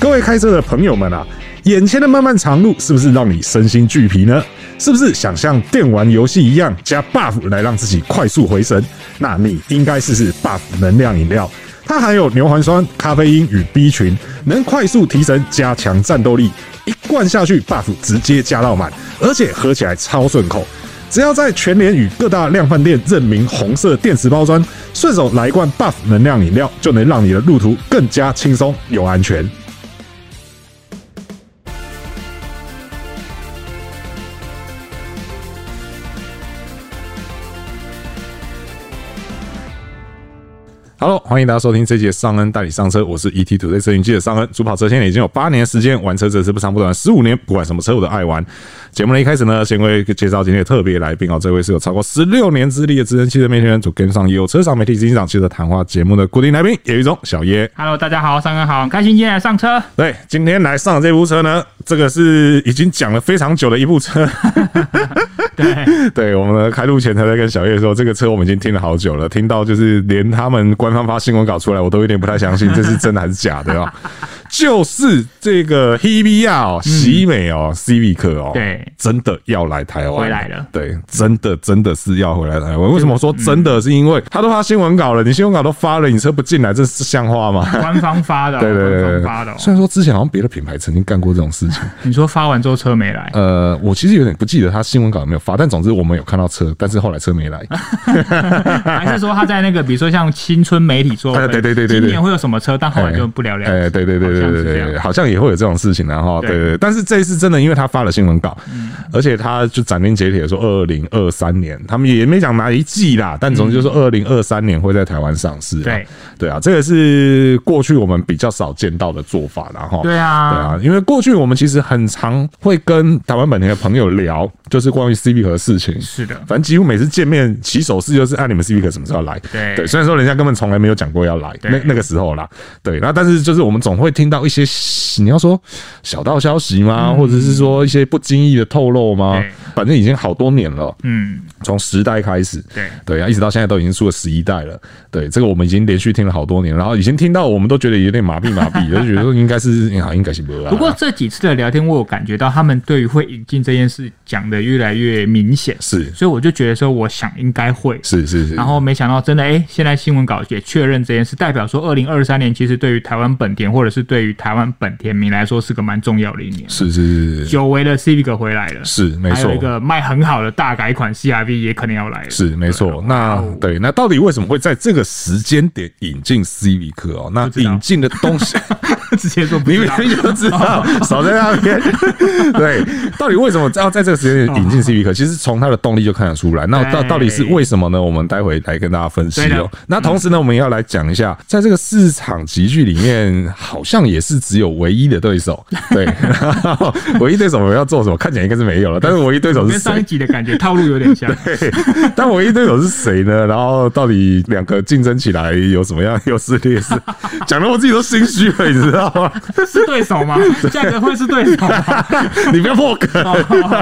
各位开车的朋友们啊，眼前的漫漫长路是不是让你身心俱疲呢？是不是想像电玩游戏一样加 buff 来让自己快速回神？那你应该试试 buff 能量饮料，它含有牛磺酸、咖啡因与 B 群，能快速提神、加强战斗力。一罐下去，buff 直接加到满，而且喝起来超顺口。只要在全联与各大量贩店认明红色电池包装，顺手来一罐 Buff 能量饮料，就能让你的路途更加轻松又安全。Hello，欢迎大家收听这集的尚恩带你上车，我是 ET 土 o 摄影记者尚恩。主跑车现在已经有八年的时间，玩车则是不长不短十五年，不管什么车我都爱玩。节目的一开始呢，先为介绍今天的特别来宾哦，这位是有超过十六年资历的资深汽车媒体人，主跟上有车赏媒体执行长汽车谈话节目的固定来宾叶宇中小叶。 Hello，大家好，上哥好，很开心今天来 上车。对，今天来上的这部车呢，这个是已经讲了非常久的一部车。 对， 对，我们开路前才在跟小叶说，这个车我们已经听了好久了，听到就是连他们官方发新闻稿出来，我都有点不太相信这是真的还是假的 哦。就是这个 Hevia 哦，喜美哦，Civic 哦，嗯对真的要来台湾回来了嗯对，真的真的是要回来台湾。为什么说真的？是因为他都发新闻稿了，你新闻稿都发了，你车不进来，这是像话吗？官方发的、哦，对对对官对方发的、哦对，。虽然说之前好像别的品牌曾经干过这种事 情，你说发完之后车 没来，呃，我其实有点不记得他新闻稿有没有发，但总之我们有看到车，但是后来车没来。还是说他在那个，比如说像新春媒体说，哎啊对对对对对今年会有什么车， 但后来哎就不了了之。哎、对对对对好对像是这对样对，好像也会有这种事情然后对对嗯对对，但是这一次真的，因为他发了新闻稿，而且他就斩钉截铁地说二零二三年，他们也没讲哪一季啦，但总之就是二零二三年会在台湾上市啊。嗯对对啊，这个是过去我们比较少见到的做法啦，然后对啊对啊，因为过去我们其实很常会跟台湾本地的朋友聊，就是关于 CB 和事情。是的，反正几乎每次见面起手势就是啊，你们 C V 可什么时候来？对对，虽然说人家根本从来没有讲过要来，对那那个时候啦，对，那但是就是我们总会听到一些你要说小道消息吗？或者是说一些不经意的透露吗嗯对？反正已经好多年了，嗯，从十代开始，对对啊，一直到现在都已经出了十一代了，对，这个我们已经连续听了好多年，然后已经听到我们都觉得有点麻痹麻 痹，就觉得说应该是啊，应该是不会啦不过这几次的聊天，我有感觉到他们对于会引进这件事讲的越来越明显，是所以我就觉得说，我想应该会。是是是，然后没想到，真的哎、诶现在新闻稿也确认这件事，代表说二零二三年其实对于台湾本田或者是对于台湾本田民来说是个蛮重要的一年。是是是是久违的 Civic 回来了，是没还有错一。个卖很好的大改款 CRV 也可能要来了，是没错，那哦对，那到底为什么会在这个时间点引进 Civic 哦？那知道引进的东西， 直接说不你知 明道。明就知 道，少在那边。对，到底为什么要在这个时间点引进 Civic？其实从它的动力就看得出来。那到对到底是为什么呢？我们待会来跟大家分析对哦的。那同时呢，我们也要来讲一下，在这个市场集聚里面，好像也是只有唯一的对 手。对，然后唯一对手我们要做什么？看起来应该是没有了，但是唯一对手是跟谁上一？集的感觉套路有点像， 但唯一对手是谁呢？然后到底两个竞争起来有什么样优势劣 势？讲的我自己都心虚了，你知道吗？是对 手吗？价格会是对手吗？你不要破梗。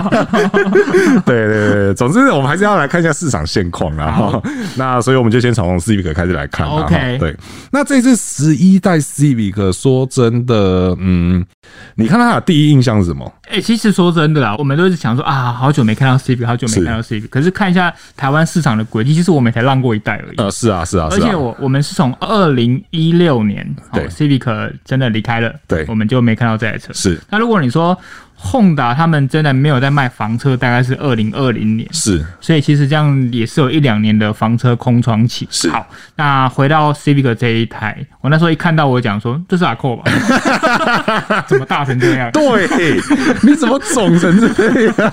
对对对对，总之我们还是要来看一下市场现况啦。哈 那所以我们就先从 Civic 开始来看啦。哈 OK 对，那这次十一代 Civic，说真的，嗯，你看它的第一印象是什么？哎、其实说真的啦，我们都是想说啊，好久没看到 Civic，好久没看到 Civic。可是看一下台湾市场的轨迹，其实我们也才浪过一代而已。呃，是啊，是啊，而是且啊。我我们是从二零一六年，哦对，Civic 真的离开了，对我们就没看到这台车。是那如果你说 Honda 他们真的没有在卖房车，大概是二零二零年，是所以其实这样也是有一两年的房车空窗期。是好，那回到 Civic 这一台，我那时候一看到我讲说这是阿 扣吧，怎么大成这样？对， 你怎么肿成这 样？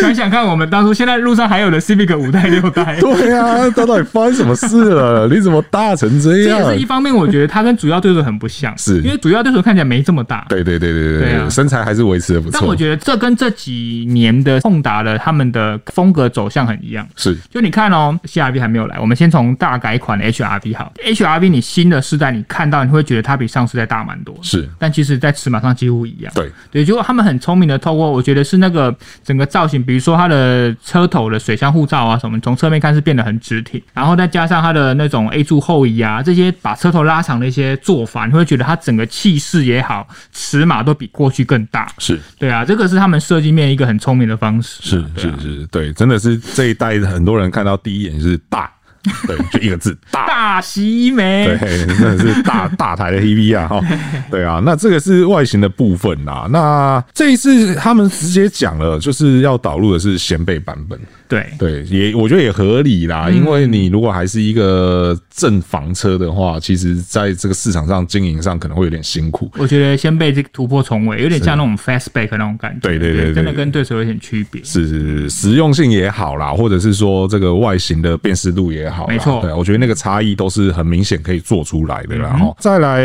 想想看，我们当初现在路上还有的 Civic 五代六代。对啊，到底发生什么事了？你怎么大成这这样也？是一方面，我觉得它跟主要对手很不像，是因为主要对手看起来没这么大，对对对对对对对，啊身材还是维持的不但错我。觉得这跟这几年的宏达的他们的风格走向很一样。是就你看哦，CRV 还没有来，我们先从大改款的 HRV 好，HRV 你新的世代你看到你会觉得它比上世代大蛮多，是，但其实在尺码上几乎一样。对，对，觉就他们很聪明的透过，我觉得是那个整个造型，比如说它的车头的水箱护罩啊什么，从侧面看是变得很直挺，然后再加上它的那种 A 柱后移啊，这些把车头拉长的一些做法，你会觉得它整个气势也好，尺码都比过去更大。是对啊，这个是他们设计面一个很聪明的方式。是对啊是是，对，真的是这一代很多人看到第一眼是大， 对，就一个字大。大喜一枚。对，真的是大大台的 TV 啊，哈， 对啊，那这个是外形的部分啦。那这一次他们直接讲了，就是要导入的是掀背版本，对对，也我觉得也合理啦，因嗯为你如果还是一个正房车的话，其实在这个市场上经营上可能会有点辛苦。我觉得先被这个突破重围，有点像那种 fastback 那种感觉。对对对对真的跟对手有点区别。是是是，实用性也好啦，或者是说这个外形的辨识度也好啦，没错嗯对，我觉得那个差异都是很明显可以做出来的啦。然后、再来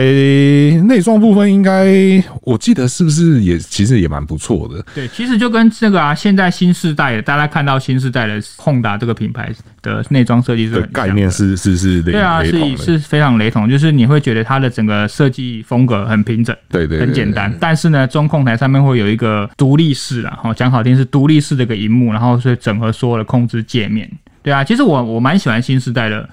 内装部分，应该我记得是不是也其实也蛮不错的？对，其实就跟这个啊，现在新世代的，大家看到新世代的 Honda 这个品牌的内装设计啊是对，很像概念。是是是雷对啊，雷同是的，是非常雷同，就是你会觉得它的整个设计风格很平整，对对对很简单。但是呢，中控台上面会有一个独立式啦，哦，讲好听是独立式的一个荧幕，然后是整合所有的控制界面。对啊，其实我我蛮喜欢新时代的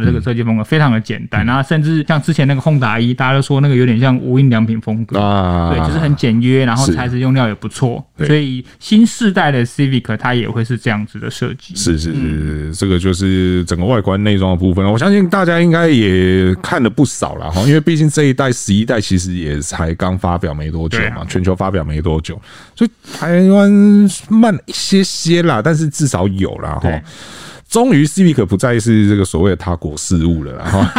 嗯 的这个设计风格，非常的简单。然后甚至像之前那个 Honda 一，大家都说那个有点像无印良品风格。啊，对，就是很简约，然后是材质用料也不错，对所以新世代的 Civic 它也会是这样子的 设计。是是嗯是，这个就是整个外观内装的部分。我相信大家应该也看了不少了哈，因为毕竟这一代十一代其实也才刚发表没多久对嘛，啊全球发表没多久，所以台湾慢一些些啦，但是至少有啦哈对。终于，Civic 不再是这个所谓的他国事务了啦 哈。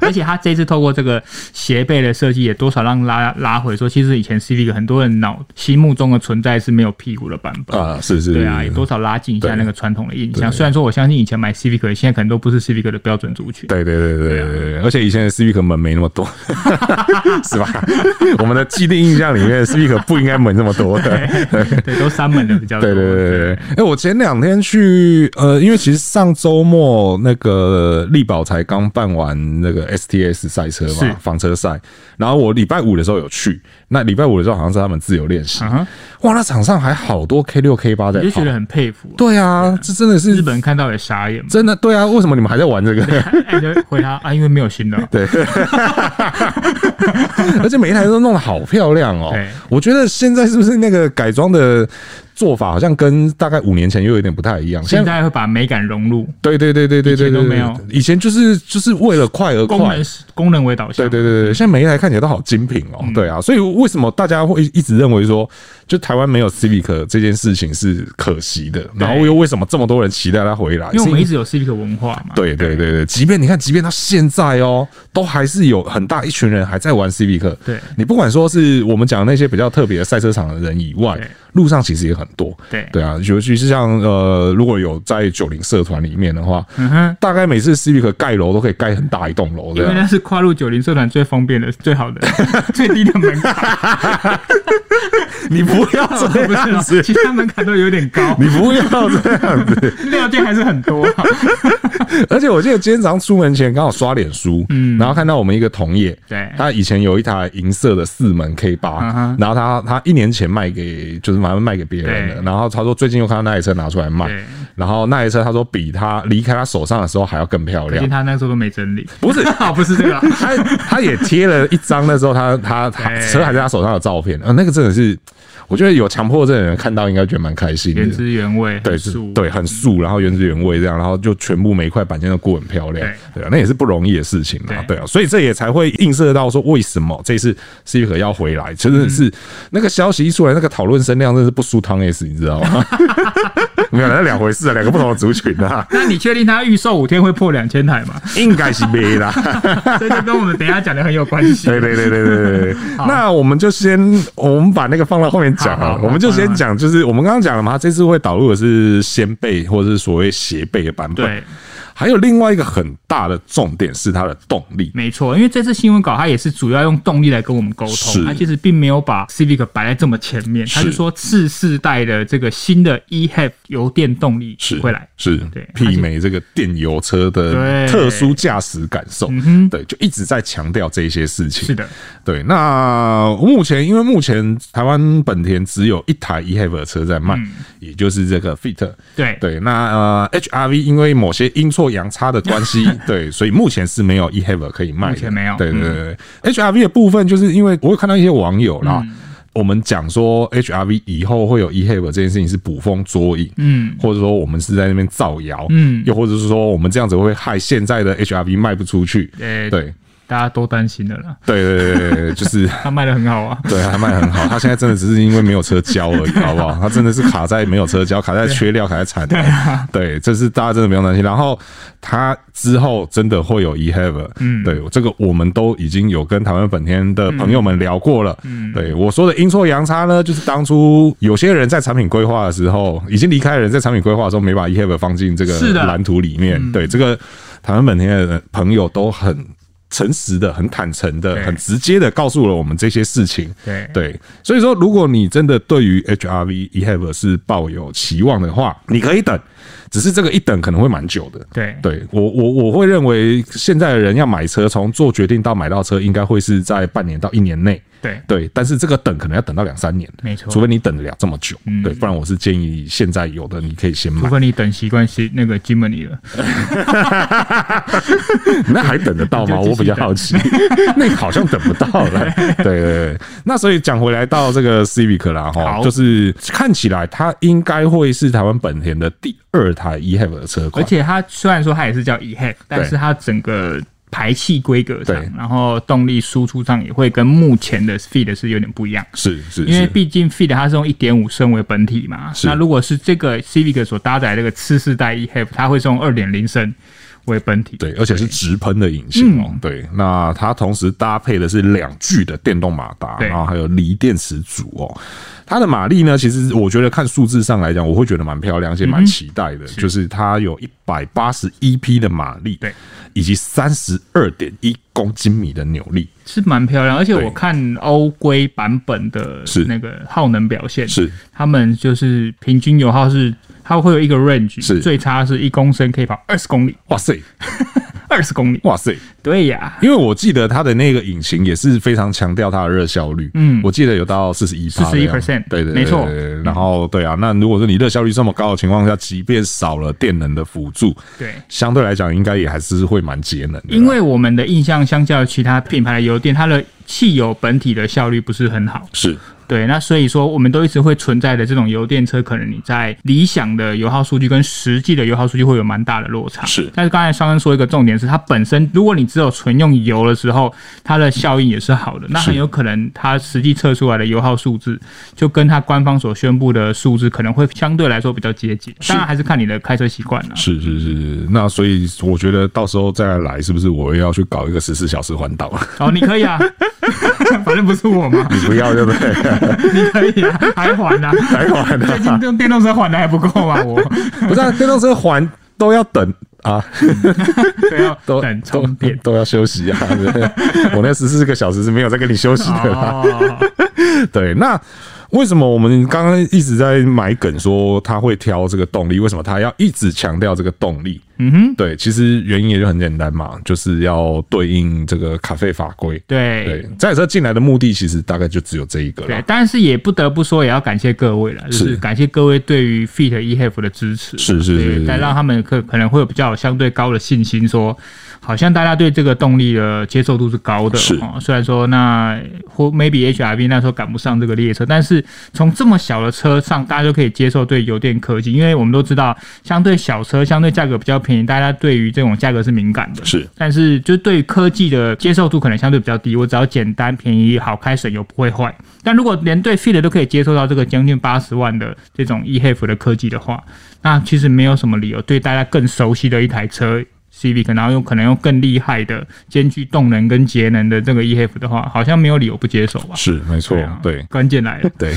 而且它这次透过这个斜背的设计，也多少让拉拉回说，其实以前 Civic 很多人脑心目中的存在是没有屁股的版本。啊，是是，对啊，也多少拉近一下对那个传统的印对象。虽然说我相信以前买 Civic，现在可能都不是 Civic 的标准族群。对对对啊对对对，而且以前的 Civic 门没那么多， 是吧？ 我们的既定印象里面，Civic 不应该门那么多的。 对，都三门的比较多。对对对对对，哎、我前两天去，呃，因为其实上周末那个力宝才刚办完那个 STS 赛车是嘛，房车赛，然后我礼拜五的时候有去，那礼拜五的时候好像是他们自由练习，嗯哼，哇，那场上还好多 K 六 K 八在我就跑觉，得很佩服。对啊，这真的日是本人看到也傻眼嘛。真的对啊，为什么你们还在玩这个？哎，就回他啊，因为没 有新的。对， 而且每一台都弄得好漂亮哦对。我觉得现在是不是那个改装的做法，好像跟大概五年前又有点不太一样？现在会把美感融入，对对对对对对以前对，都没有以前就是就是为了快而功快能。是功能为导对向。对对对，现在每一台看起来都好精品哦、嗯对啊，所以为什么大家会一直认为说，就台湾没有 Civic 这件事情是可惜的？然后又为什么这么多人期待它回来？因为我们一是直有 Civic 文化嘛。对对对对，即便你看，即便到现在哦、都还是有很大一群人还在玩 Civic。对你不管说是我们讲的那些比较特别的赛车场的人以外对，路上其实也很多。对对啊，尤其是像呃，如果有在九零社团里面的话，嗯哼，大概每次 Civic 盖楼都可以盖很大一栋楼因为那的。是跨入九零社团最方便的、 最好的、最低的门槛。 你不要这不是样啊子，其他门槛都有点 高你，不要这样子。料件还是很多 啊。而且我记得今天早上出门前刚好刷脸书，嗯，然后看到我们一个同业，对他以前有一台银色的四门 K 八、嗯哼然后他他一年前卖给就是反正卖给别人的，对然后他说最近又看到那台车拿出来卖对，然后那台车他说比他离开他手上的时候还要更漂毕亮竟。他那时候都没整理。啊不是哦，不是这 个啊，他他也贴了一张那时候他他他对车还在他手上的照片，啊，那个真的是，我觉得有强迫症的人看到应该觉得蛮开心原的。汁原味，对，很是素，对，很素，然后原汁原味这样，然后就全部每一块板件都过很漂亮，对啊，那也是不容易的事情啊，对对啊，所以这也才会映射到说为什么这次 C 可要回来，真的嗯是那个消息一出来，那个讨论声量真是不输汤 S，你知道 吗？没有，那两回事啊，两个不同的族群 啊，那你确定他预售五天会破两千 台吗？应该是没啦。这就跟我们等一下讲的很有关系。 对对对对对对 对。那我们就先，我们把那个放到后面讲好啊好。好我们就先讲，就是我们刚刚讲了嘛，它这次会导入的是掀背或者是所谓斜背的版本。对，还有另外一个很大的重点是它的动力。没错，因为这次新闻稿它也是主要用动力来跟我们沟是通，它其实并没有把 Civic 摆在这么前面，它是是说次世代的这个新的 EHEV 油电动力是会来。是对而且媲美这个电油车的对特殊驾驶感受嗯，哼对，就一直在强调这些事情。是的，对，那目前因为目前台湾本田只有一台 eHEV 的车在卖，也就是这个 Fit。嗯对对，那呃 HRV 因为某些阴错阳差的关 系，对，所以目前是没有 eHEV 可以卖的，目前没有对对对、对 h r v 的部分就是因为我有看到一些网友啦。嗯我们讲说 HRV 以后会有 E eHEV 这件事情是捕风捉影，嗯或者说我们是在那边造谣，嗯又或者是说我们这样子会害现在的 HRV 卖不出去，呃，对大家都担心的啦，对对对对对，就是它卖的很好啊。 对，他卖得很好。他现在真的只是因为没有车交 而已，好不好？他真的是卡在没有车交，卡在缺料，卡在产能。 对，啊这是大家真的不用担心。然后他之后真的会有 eHave，嗯，对，这个我们都已经有跟台湾本田的朋友们聊过了。嗯，对我说的阴错阳差呢，就是当初有些人在产品规划的时候，已经离开的人在产品规划的时候没把 eHave 放进这个是的蓝图里面。对，这个台湾本田的朋友都很。诚实的、很坦诚的、对很直接的告诉了我们这些事情。对对，所以说，如果你真的对于 HRV eHave E 是抱有期望的话，你可以等，只是这个一等可能会蛮久的。对对我我我会认为，现在的人要买车，从做决定到买到车，应该会是在半年到一年内。对对，但是这个等可能要等到两三年，没错嗯除非你等得了这么久，对，不然我是建议现在有的你可以先买除，非你等习惯是那个金门里了， 那还等得到吗？你就继续我比较好奇， 那个好像等不到了。 对对对，那所以讲回来到这个 Civic 啦，哈，好就是看起来它应该会是台湾本田的第二台 eHEV 的车而款，且它虽然说它也是叫 EHEC，但是它整个排气规格上对，然后动力输出上也会跟目前的 Feed 是有点不一样。是是因为是，毕竟 Feed 它是用一点五升为本体嘛，是那如果是这个 Civic 所搭载这个次世代 EHEC，它会是用二点零升为本体。对，而且是直喷的引擎哦、对，那它同时搭配的是两具的电动马达，对然后还有锂电池组哦、它的马力呢，其实我觉得看数字上来讲，我会觉得蛮漂亮，而且蛮期待的。就是它有一百八十一匹的马力，对，以及三十二点一公斤米的扭力，是蛮漂亮，而且对我看欧规版本的是那个耗能表现，是他们就是平均油耗是它会有一个 range，是最差是一公升可以跑二十公里，哇塞，二十公里，哇塞！对呀， 因为我记得它的那个引擎也是非常强调它的热效率，嗯，我记得有到四十一41%对对，对没错对对然后对啊，那如果说你热效率这么高的情况下，即便少了电能的辅助，对。相对啊来讲应该也还是会蛮节能的啦，因为我们的印象，相较于其他品牌的油电，它的汽油本体的效率不是很好。是对，那所以说我们都一直会存在的这种油电车，可能你在理想的油耗数据跟实际的油耗数据会有蛮大的落差。是但是刚才商恩说一个重点是，它本身如果你只有纯用油的时候，它的效应也是好的，那很是有可能它实际测出来的油耗数字就跟它官方所宣布的数字可能会相对来说比较接近。当然还是看你的开车习惯了。是是是是，那所以我觉得到时候再来，是不是我要去搞一个十四小时 环岛？哦，你可以啊，反正不是 我嘛，你不要对不对？你可以啊，还还 啊，来环最近用电动车还的还不够啊，我。不是、啊、电动车环都要等啊，对，啊要都等充电。都都 要休息啊。对 我那十四个小时是没有在跟你休息的啦。哦， 对，那为什么我们刚刚一直在买梗说他会挑这个动力？为什么他要一直强调这个动力？嗯哼，对，其实原因也就很简单嘛，就是要对应这个卡费法规。对对，这台车进来的目的其实大概就只有这一个对了，。但是也不得不说，也要感谢各位了，就是是感谢各位对于 Fit EHF 的支持，是是是对是再让他们可可能会有比较有相对高的信心说，好像大家对这个动力的接受度是高的，是哦、虽然说那或 maybe HRV 那时候赶不上这个列车，但是从这么小的车上，大家就可以接受对油电科技，因为我们都知道，相对小车相对价格比较便宜，大家对于这种价格是敏感的，是但是就对于科技的接受度可能相对比较低，我只要简单、便宜、好开、省油，不会坏。但如果连对 Fit 都可以接受到这个将近八十万的这种 eHEF 的科技的话，那其实没有什么理由对大家更熟悉的一台车。 Civic，然后用可能用更厉害的兼具动能跟节能的这个 EF 的话，好像没有理由不接受吧？是没错啊，对。关 键来了，对，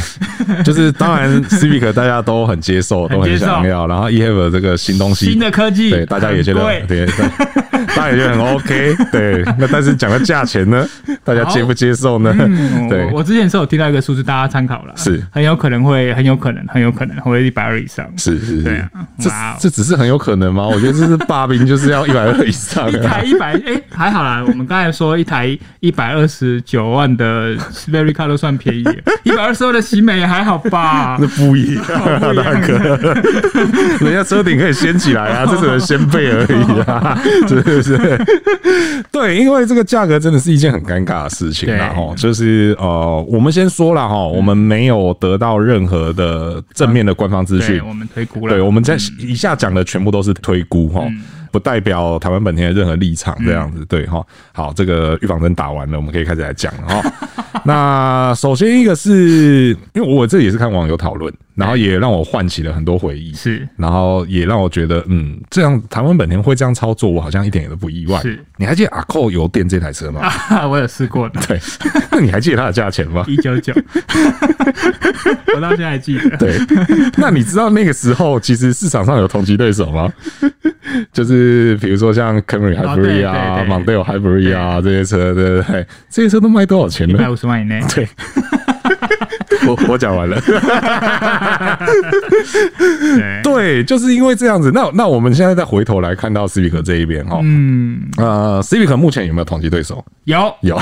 就是当然，Civic 大家都很接受，都很接很受想要。然后 E EHEV 这个新东西，新的科技，对，大家也觉得对，对，对大家也觉得很 OK。对，那但是讲到价钱呢，大家接不接受呢？嗯对我，我之前是有听到一个数字，大家参考了，是很有可能会，很有可能，很有可能会一百二以上。是是对是啊，这哇哦这只是很有可能吗？我觉得这是霸兵就是要一百二以上 一台的。一百，哎，还好啦。我们刚才说一台一百二十九万的 s p e r i c a 都算便 宜了，一百二十万的喜美也还好吧那？不一样，那可 人家车顶可以掀起 来啊，这只能掀背而已啊，哦是不是？对，因为这个价格真的是一件很尴尬的事情啦。对嗯哦，就是呃，我们先说了哈，我们没有得到任何的正面的官方资讯对，，我们推估对，了。嗯我们在以下讲的全部都是推估哈，不代表台湾本田的任何立嗯场这样子，对哈。好，这个预防针打完了，我们可以开始来讲了 哈。那首先一个是因为我这也是看网友讨论，然后也让我唤起了很多回忆，是 然后也让我觉得嗯，这样台湾本田会这样操作，我好像一点也都不意外是。你还记得阿扣油电这台车 吗？我有试过的，对， 那你还记得它的价钱吗？一九 九，我到现在还记得。对， 那你知道那个时候其实市场上有同级对手吗？ 就是比如说像 Camry 哦 Hybrid 啊、对对 Mondeo Hybrid 啊这些车，对不对？这些车都卖多少钱一呢？百五十万以内，对， 我我讲完了。对，对，就是因为这样子。那那我们现在再回头来看到 Civic 这一边哈，嗯，呃，Civic 目前有没有同级对手？有有，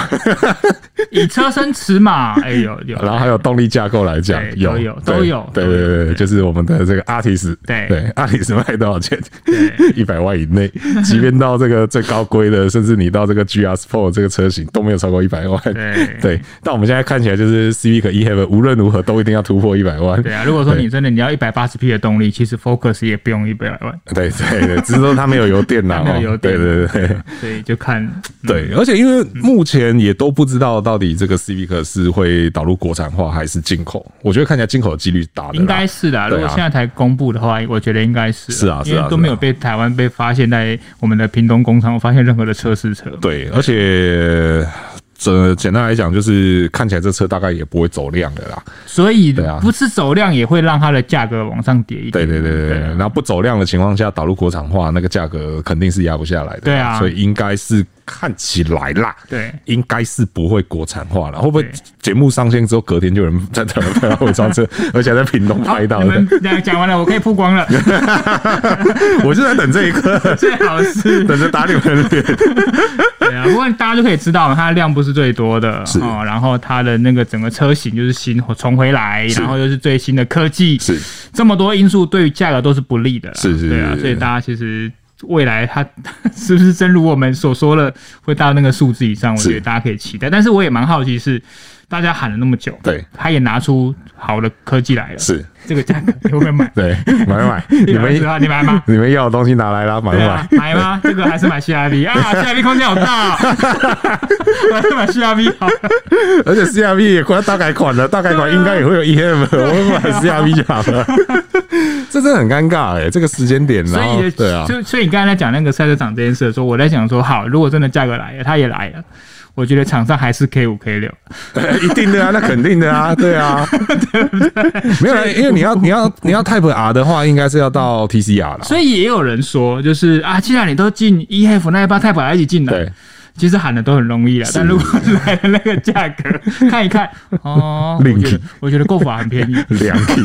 以车身尺码，哎，有有，然后还有动力架构来讲，对有都有对都有对都对有对对，对就是我们的这个 Artis，对对，Artis 卖多少钱？对一百万以内，即便到这个最高规的，甚至你到这个 GR Sport 这个车型都没有超过一百万。对对，但我们现在看起来就是 Civic E-Have E 无论如何都一定要突破一百万。对啊，如果说对你真的你要一百八十匹的动力，其实 Focus 也不用一百万，对对对，只是说它没有油电啦， 它没有哦油电嗯对对对对。所以就看对，而且因为目前也都不知道到底这个 Civic 是会导入国产化还是进口，我觉得看起来进口的几率大的啦，应该是的、如对果啊现在才公布的话，我觉得应该是是啊是啊因为都没有被台湾被发现在我们的屏东工厂，我发现任何的测试车。对，而且。这简单来讲，就是看起来这车大概也不会走量的啦。所以对啊不是走量也会让它的价格往上跌一对点。对对对对，然后不走量的情况下导入国产化，那个价格肯定是压不下来的啦。对啊所以应该是看起来啦，对应该是不会国产化了。会不会对节目上线之后隔天就有人在台湾拍到伪装 车，而且还在屏东好拍到啊你的们？讲讲完了，我可以曝 光了，我就在等这一 刻，最好是等着打你们的脸。对啊。不过大家就可以知道，它的量不是最多的是哦，然后它的那个整个车型就是新重回来，然后又是最新的科技，是这么多因素对于价格都是不利的啦，是是对啊是，所以大家其实未来它 是不是真如我们所说的会到那个数字以上，我是觉得大家可以期待。但是我也蛮好奇是，大家喊了那么久，对他也拿出好的科技来了，是，？这个价格你会不会买 对，买买买，你120们啊 你买吗？你们要的东西拿来啦，买对买啊。，买吗？这个还是买 CRV 啊？CRV 空间好大、哦， 我还是买 CRV 好了。而且 CRV 也快要大改款了，啊大改款应该也会有 EM，我会买 CRV 就好了。这真的很尴尬哎、这个时间点，然所后以对啊，就所以你刚才在讲那个赛车场这件事的时候，我在想说，好，如果真的价格来了，它也来了，我觉得厂商还是 K 五 K 六， 一定的啊，那肯定的 啊，对啊，对不对？没有啦，因为你要你要你要 Type R 的话，应该是要到 TCR 了。所以也有人说，就是啊，既然你都进 E F 那一把 Type R 一起进来对，，其实喊的都很容易了。但如果来的那个 价格，看一看哦，我觉 Linky 得我觉得购法很便宜。 两体，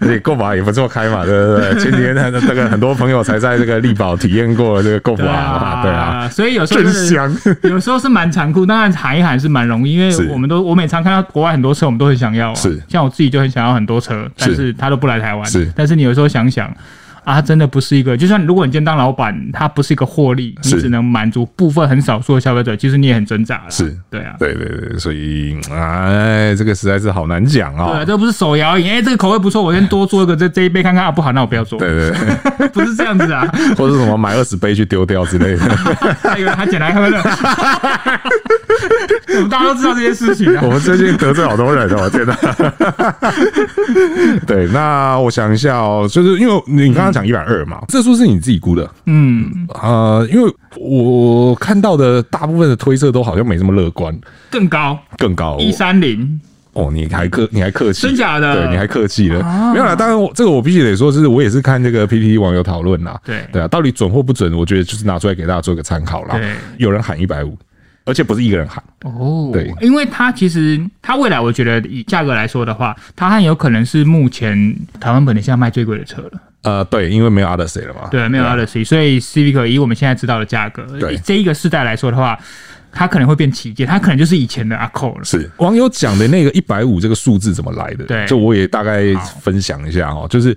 而且购法也不错开嘛，对不对？前几天那那个很多朋友才在这个力宝体验过这个购法嘛，对啊，，所以有时候真真的香。 有时候是蛮残酷，当然喊一喊是蛮容易，因是为我们都我每常看到国外很多车，我们都很想要、啊。是像我自己就很想要很多车，但是是他都不来台湾。是但是你有时候想想。啊，真的不是一个，就算如果你今天当老板，它不是一个获利，你是只能满足部分很少数的消费者，其实你也很挣扎了。是对啊，对对对，所以哎，这个实在是好难讲对啊，啊、这不是手摇饮，哎、这个口味不错，我先多做一个这这一杯看看啊，不好那我不要做，对对对，不是这样子 啊，或者什么买二十杯去丢掉之类的， 他以为他捡来喝的，我们大家都知道这件事情啊我，们最近得罪好多人 哦，真的。对，那我想一下哦，就是因为你刚刚讲一百二嘛，这数是你自己估的，嗯，呃，因为我看到的大部分的推测都好像没这么乐观，更高更高。一三零，哦，你还客，你还客气，真假的啊对，你还客气了，没有啦。当然我，这个我必须得说，就是我也是看这个 PPT 网友讨论啦，对对啊，到底准或不准，我觉得就是拿出来给大家做个参考啦对。有人喊一百五，而且不是一个人喊，哦，对因为它其实它未来我觉得以价格来说的话，它很有可能是目前台湾本地现在卖最贵的车了。呃，对，因为没有 Odyssey 了嘛，对，没有 Odyssey，所以 Civic 以我们现在知道的价格，对这一个世代来说的话，它可能会变旗舰，它可能就是以前的阿扣了。是网友讲的那个一百五这个数字怎么来的？对就我也大概分享一下哦，就是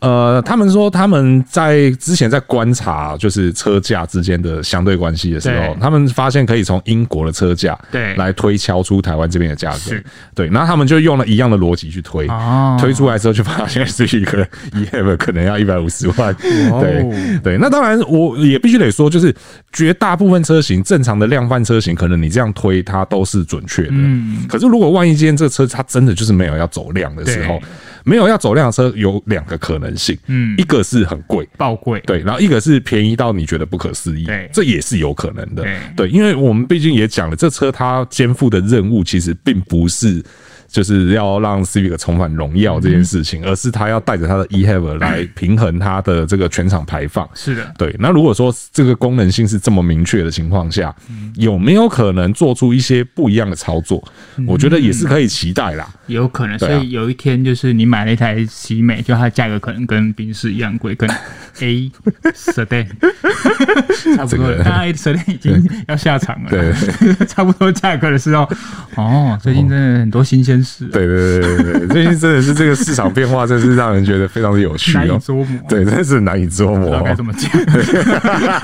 呃，他们说他们在之前在观察就是车价之间的相对关系的时候对，他们发现可以从英国的车价对来推敲出台湾这边的价格是，对，然后他们就用了一样的逻辑去推，哦推出来之后就发现是一个 e v 可能要一百五十万，哦对 对，那当然我也必须得说，就是绝大部分车型正常的量贩车型，可能你这样推它都是准确的，嗯可是如果万一今天这个车它真的就是没有要走量的时候对，没有要走量的车有两个可能性，嗯一个是很贵。爆贵，对，然后一个是便宜到你觉得不可思议对，这也是有可能的对。对，因为我们毕竟也讲了，这车它肩负的任务其实并不是就是要让 Civic 重返荣耀这嗯件事情，而是它要带着它的 eHav 来平衡它的这个全场排放。是的，对，那如果说这个功能性是这么明确的情况下，有没有可能做出一些不一样的操作？嗯我觉得也是可以期待啦。有可能。对所啊以有一天就是你买了一台奇美，就它的价格可能跟宾士一样贵，跟 A Sedan 差不这多个了。 但 A Sedan 已经要下场了，对， 差不多价格的时候，哦，最近真的很多新鲜事啊，对对对对对， 最近真的是这个市场变化，真是让人觉得非常的有趣难以哦。捉摸，对，真的是难以捉不摸知道该哦，怎么讲。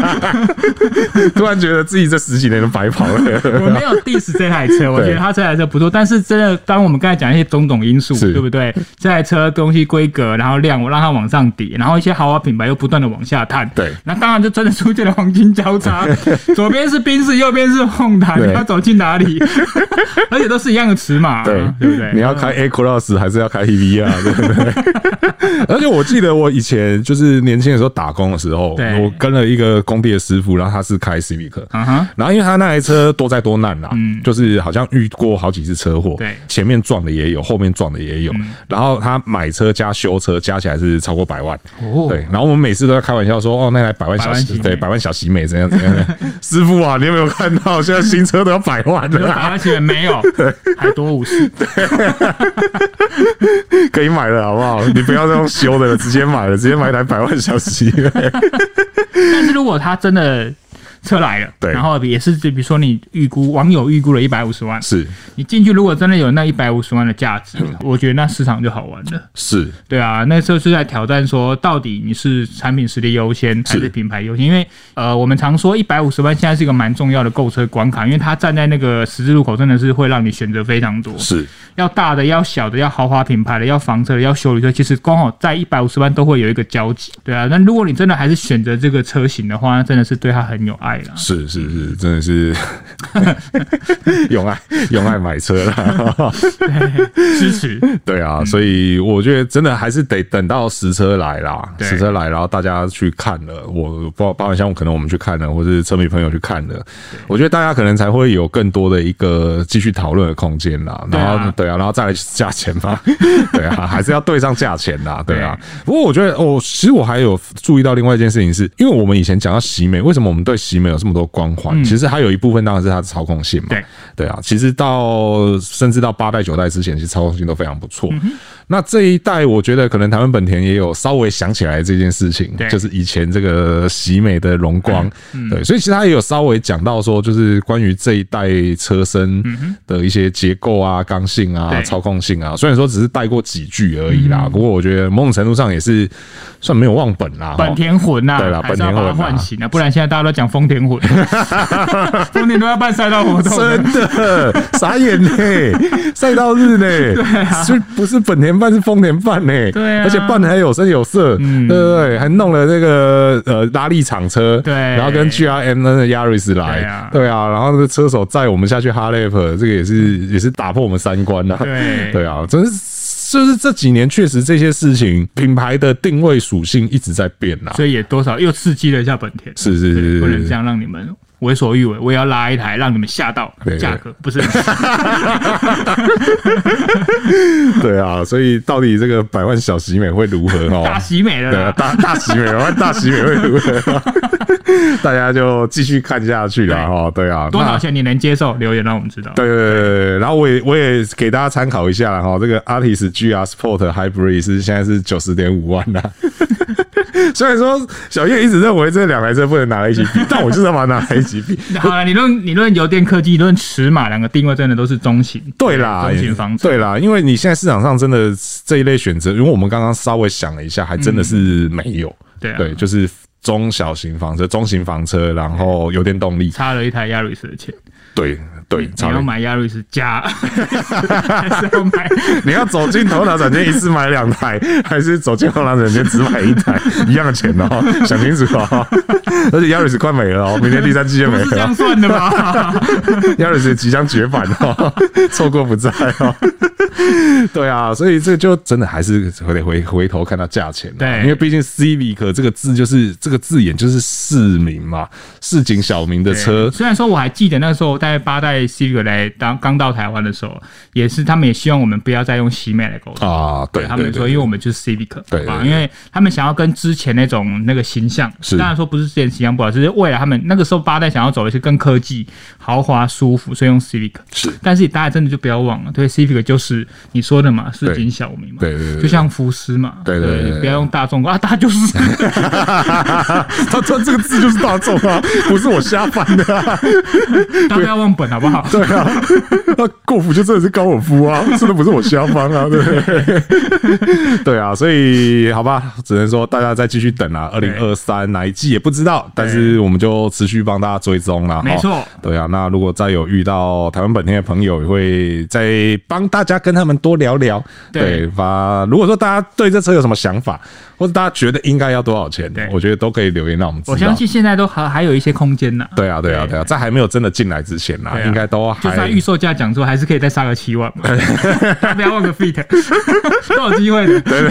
突然觉得自己这十几年都白 跑了。我没有 diss 这台 车，我觉得它这台车不错，但是真的，当我们刚才讲一些种种因素，是对不对？这台车东西规格，然后量，我让它往上叠，然后一些豪华品牌又不断的往下探，对那当然就真的出现了黄金交叉， 左边是宾士，右边是 Honda，对你要走进哪里？而且都是一样的尺码，对啊对不对？嗯你要开 A Cross 还是要开 E V R，对不对？ 而且我记得我以前就是年轻的时候打工的时候，对我跟了一个工地的师傅，然后他是开 Civic，啊哈，然后因为他那台车多灾多难啦，啊嗯就是好像遇过好几次车祸，对嗯前面撞的也有，后面撞的也有，然后他买车加修车加起来是超过百万，哦对，然后我们每次都在开玩笑说，哦，那台百万百小万喜喜对美百万小喜美怎样怎样怎 样，师傅啊，你有没有看到现在新车都要百万有了、百 啊，万钱没有，还多五十，可以买了好不好？你不要再用修的了，直接买了，直接买一台百万小 喜美，但是如果它真的车来了，对然后也是就比如说你预估网友预估了一百五十万，是你进去如果真的有那一百五十万的价值，我觉得那市场就好玩了。是，对啊，那时候是在挑战说，到底你是产品实力优先还是是品牌优先？因为呃，我们常说一百五十万现在是一个蛮重要的购车关卡，因为它站在那个十字路口，真的是会让你选择非常多，是要大的，要小的，要豪华品牌的，要房车的，要修理车，其实刚好在一百五十万都会有一个交集。对啊，那如果你真的还是选择这个车型的话，那真的是对它很有爱了。是是是，真的是 用爱用爱买车了。支持，对啊，嗯所以我觉得真的还是得等到实车来啦，对实车来，然后大家去看了，我包包含像我可能我们去看了，或是车迷朋友去看了，我觉得大家可能才会有更多的一个继续讨论的空间啦。对啊然后对啊，然后再来价钱嘛， 对啊，还是要对上价钱啦，对啊。不过我觉得，我、其实我还有注意到另外一件事情是，因为我们以前讲到喜美，为什么我们对喜美有这么多光环？其实还有一部分当然是它的操控性嘛，嗯对对啊，其实到甚至到八代九代之前，其实操控性都非常不错。嗯那这一代，我觉得可能台湾本田也有稍微想起来这件事情对，就是以前这个喜美的荣光，嗯对，所以其实他也有稍微讲到说，就是关于这一代车身的一些结构啊、刚性啊、嗯对嗯操控性啊，虽然说只是带过几句而已啦，不过我觉得某种程度上也是算没有忘本啦。本田魂呐、对啦还是要把它本田魂啊唤醒啊，不然现在大家都讲 丰田魂，丰田都要办赛道活动了。真的傻眼呢、赛道日呢、是不是本田办是丰田办呢、啊对啊嗯而且办的还有声有色，对不对？还弄了那个呃拉力厂车，对然后跟 G R M 的 Yaris 来，对啊对啊，然后那个车手载我们下去哈雷普，这个也是也是打破我们三观呐、对对啊，真是就是这几年确实这些事情，品牌的定位属性一直在变啊 啦。所以也多少又刺激了一下本田。是是是对是不能是这样让你们为所欲为，我也要拉一台让你们吓到对对价格，不是 对啊，所以到底这个百万小喜美会如何 哦？ 大喜美了对啊，啦。大大喜美， 百万大喜美会如何？大家就继续看下去啦。哈。对啊，多少那钱你能接受？留言让我们知道。对对对对对，然后我也我也给大家参考一下啦哈，这个 Artis GR Sport Hybrid 是现在是九十点五万啦。 虽然说小叶一直认为这两台车不能拿来一起 比，但我就是要把它拿来一起比。好了，你论你论油电科技，你论尺码，两个定位真的都是中型。对啦中，型房车。对啦，因为你现在市场上真的这一类选择，因为我们刚刚稍微想了一下，还真的是没有。对啊对，就是中小型房车、中型房车，然后油电动力，差了一台 Yaris 的钱，对对，你差要点买 Yaris 加，还是要买？你要走进头脑展间一次买两台，还是走进头脑展间只买一台，一样的钱哦，想清楚哦。而且 Yaris 快没了哦，明年第三季就不没是这了样哦。算的吧？ Yaris 即将绝版哦，错过不再哦。 对啊，所以这就真的还是回得回回头看到价钱啊，对因为毕竟 Civic 这个字就是这个字眼就是市民嘛，市井小民的 车对，虽然说我还记得那时候大概八代 Civic 来当刚到台湾的时候，也是他们也希望我们不要再用喜美来沟通。啊，对，他们对说，因为我们就是 Civic，对对吧？对因为他们想要跟之前那种那个形象，是当然说不是之前形象不好，只是为了他们那个时候八代想要走的是更科技、豪华、舒服，所以用 Civic。是， 但是大家真的就不要忘了，对 Civic 就是你说的嘛，市井小民嘛，对对对对就像福斯嘛，对对对对对不要用大众啊，大家就是 他他这个字就是大众啊，不是我瞎翻的、啊。大家不要忘本好不好？对 啊，那过府就真的是高尔夫啊，真的不是我瞎帮啊，对不对？ 对啊，所以好吧，只能说大家再继续等啊，二零二三哪一季也不知道，但是我们就持续帮大家追踪啦。没错齁对啊，那如果再有遇到台湾本地的朋友，也会再帮大家跟他们多聊聊。对对，把如果说大家对这车有什么想法，或者大家觉得应该要多少钱对，我觉得都可以留言让我们知道。我相信现在都还还有一些空间呐。对啊，对啊，对啊，在还没有真的进来之前啦，对啊应该都就还算预售价讲出，还是可以再杀个七万嘛， 大家不要忘个 fit，都有机会的。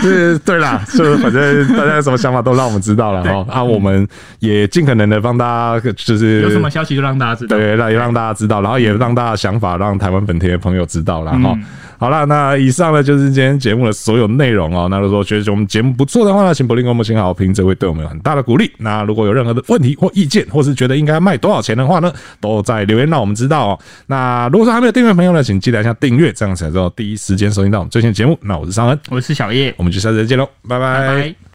是对 啦，就是反正大家有什么想法都让我们知道了哈。啊，我们也尽可能的帮大家，就是有什么消息就让大家知道。对，让也让大家知道，然后也让大家的想法让台湾本地的朋友知道啦。哈、嗯好啦，那以上呢就是今天节目的所有内容哦。那如果觉得我们节目不错的话呢，请不吝给我们星好评，这会对我们有很大的鼓励。那如果有任何的问题或意见，或是觉得应该卖多少钱的话呢，都在留言让我们知道哦。那如果说还没有订阅的朋友呢，请记得一下订阅，这样才知道第一时间收听到我们最新的节目。那我是尚恩，我是小叶，我们就下次再见喽，拜拜拜。